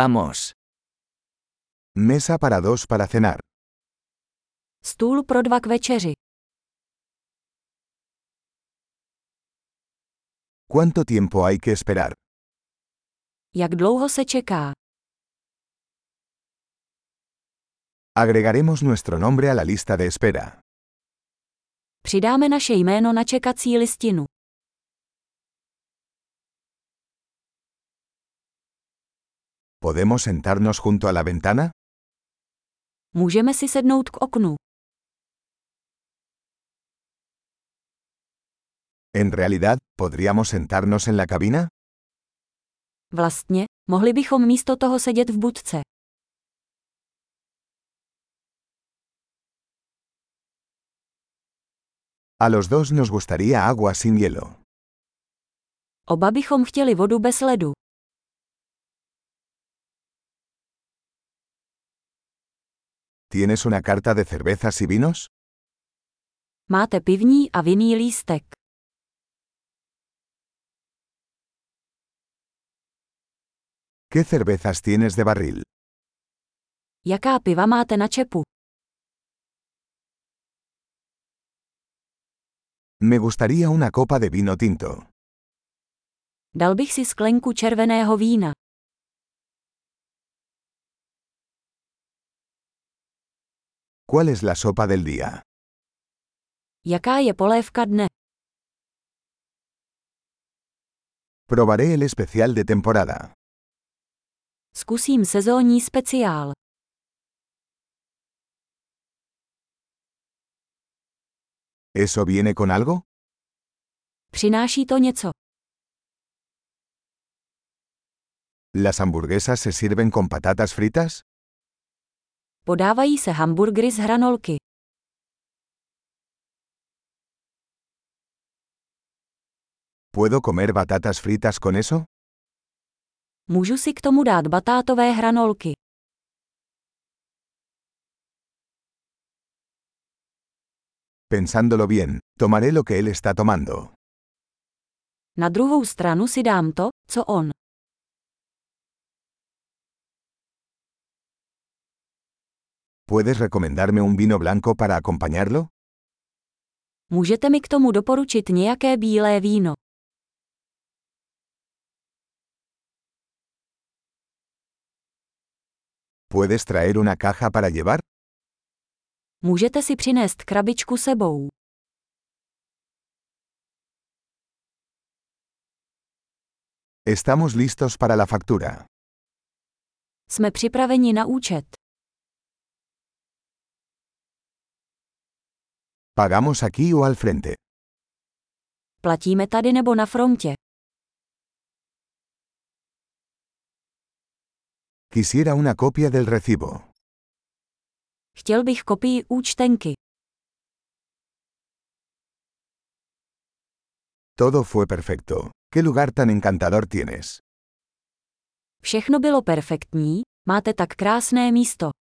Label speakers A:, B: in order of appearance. A: Vamos.
B: Mesa para dos para cenar.
C: Stůl pro dva k večeři.
B: ¿Cuánto tiempo hay que esperar?
C: Jak dlouho se čeká?
B: Agregaremos nuestro nombre a la lista de espera.
C: Přidáme naše jméno na čekací listinu.
B: ¿Podemos sentarnos junto a la ventana?
C: Můžeme si sednout k oknu.
B: En realidad, ¿podríamos sentarnos en la cabina?
C: Vlastně, mohli bychom místo toho sedět v budce.
B: A los dos nos gustaría agua sin hielo.
C: Oba bychom chtěli vodu bez ledu.
B: ¿Tienes una carta de cervezas y vinos?
C: Máte pivní a vinný lístek.
B: ¿Qué cervezas tienes de barril?
C: Jaká piva máte na čepu?
B: Me gustaría una copa de vino tinto.
C: Dal bych si sklenku červeného vína.
B: ¿Cuál es la sopa del día?
C: Jaká je polévka dne?
B: Probaré el especial de temporada.
C: Zkusím sezónní speciál.
B: ¿Eso viene con algo?
C: Přináší to něco.
B: ¿Las hamburguesas se sirven con patatas fritas?
C: Podávají se hamburgery z hranolky.
B: ¿Puedo comer batatas fritas con eso?
C: Můžu si k tomu dát batátové hranolky.
B: Pensándolo bien, tomaré lo que él está tomando.
C: Na druhou stranu si dám to, co on.
B: ¿Puedes recomendarme un vino blanco para acompañarlo?
C: Můžete mi k tomu doporučit nějaké bílé víno.
B: ¿Puedes traer una caja para llevar?
C: Můžete si přinést krabičku sebou.
B: Estamos listos para la factura.
C: Jsme připraveni na účet.
B: ¿Pagamos aquí o al frente?
C: Platíme tady nebo na frontě.
B: Quisiera una copia del recibo.
C: Chtěl bych kopii účtenky.
B: Todo fue perfecto. ¿Qué lugar tan encantador tienes?
C: Všechno bylo perfektní, máte tak krásné místo.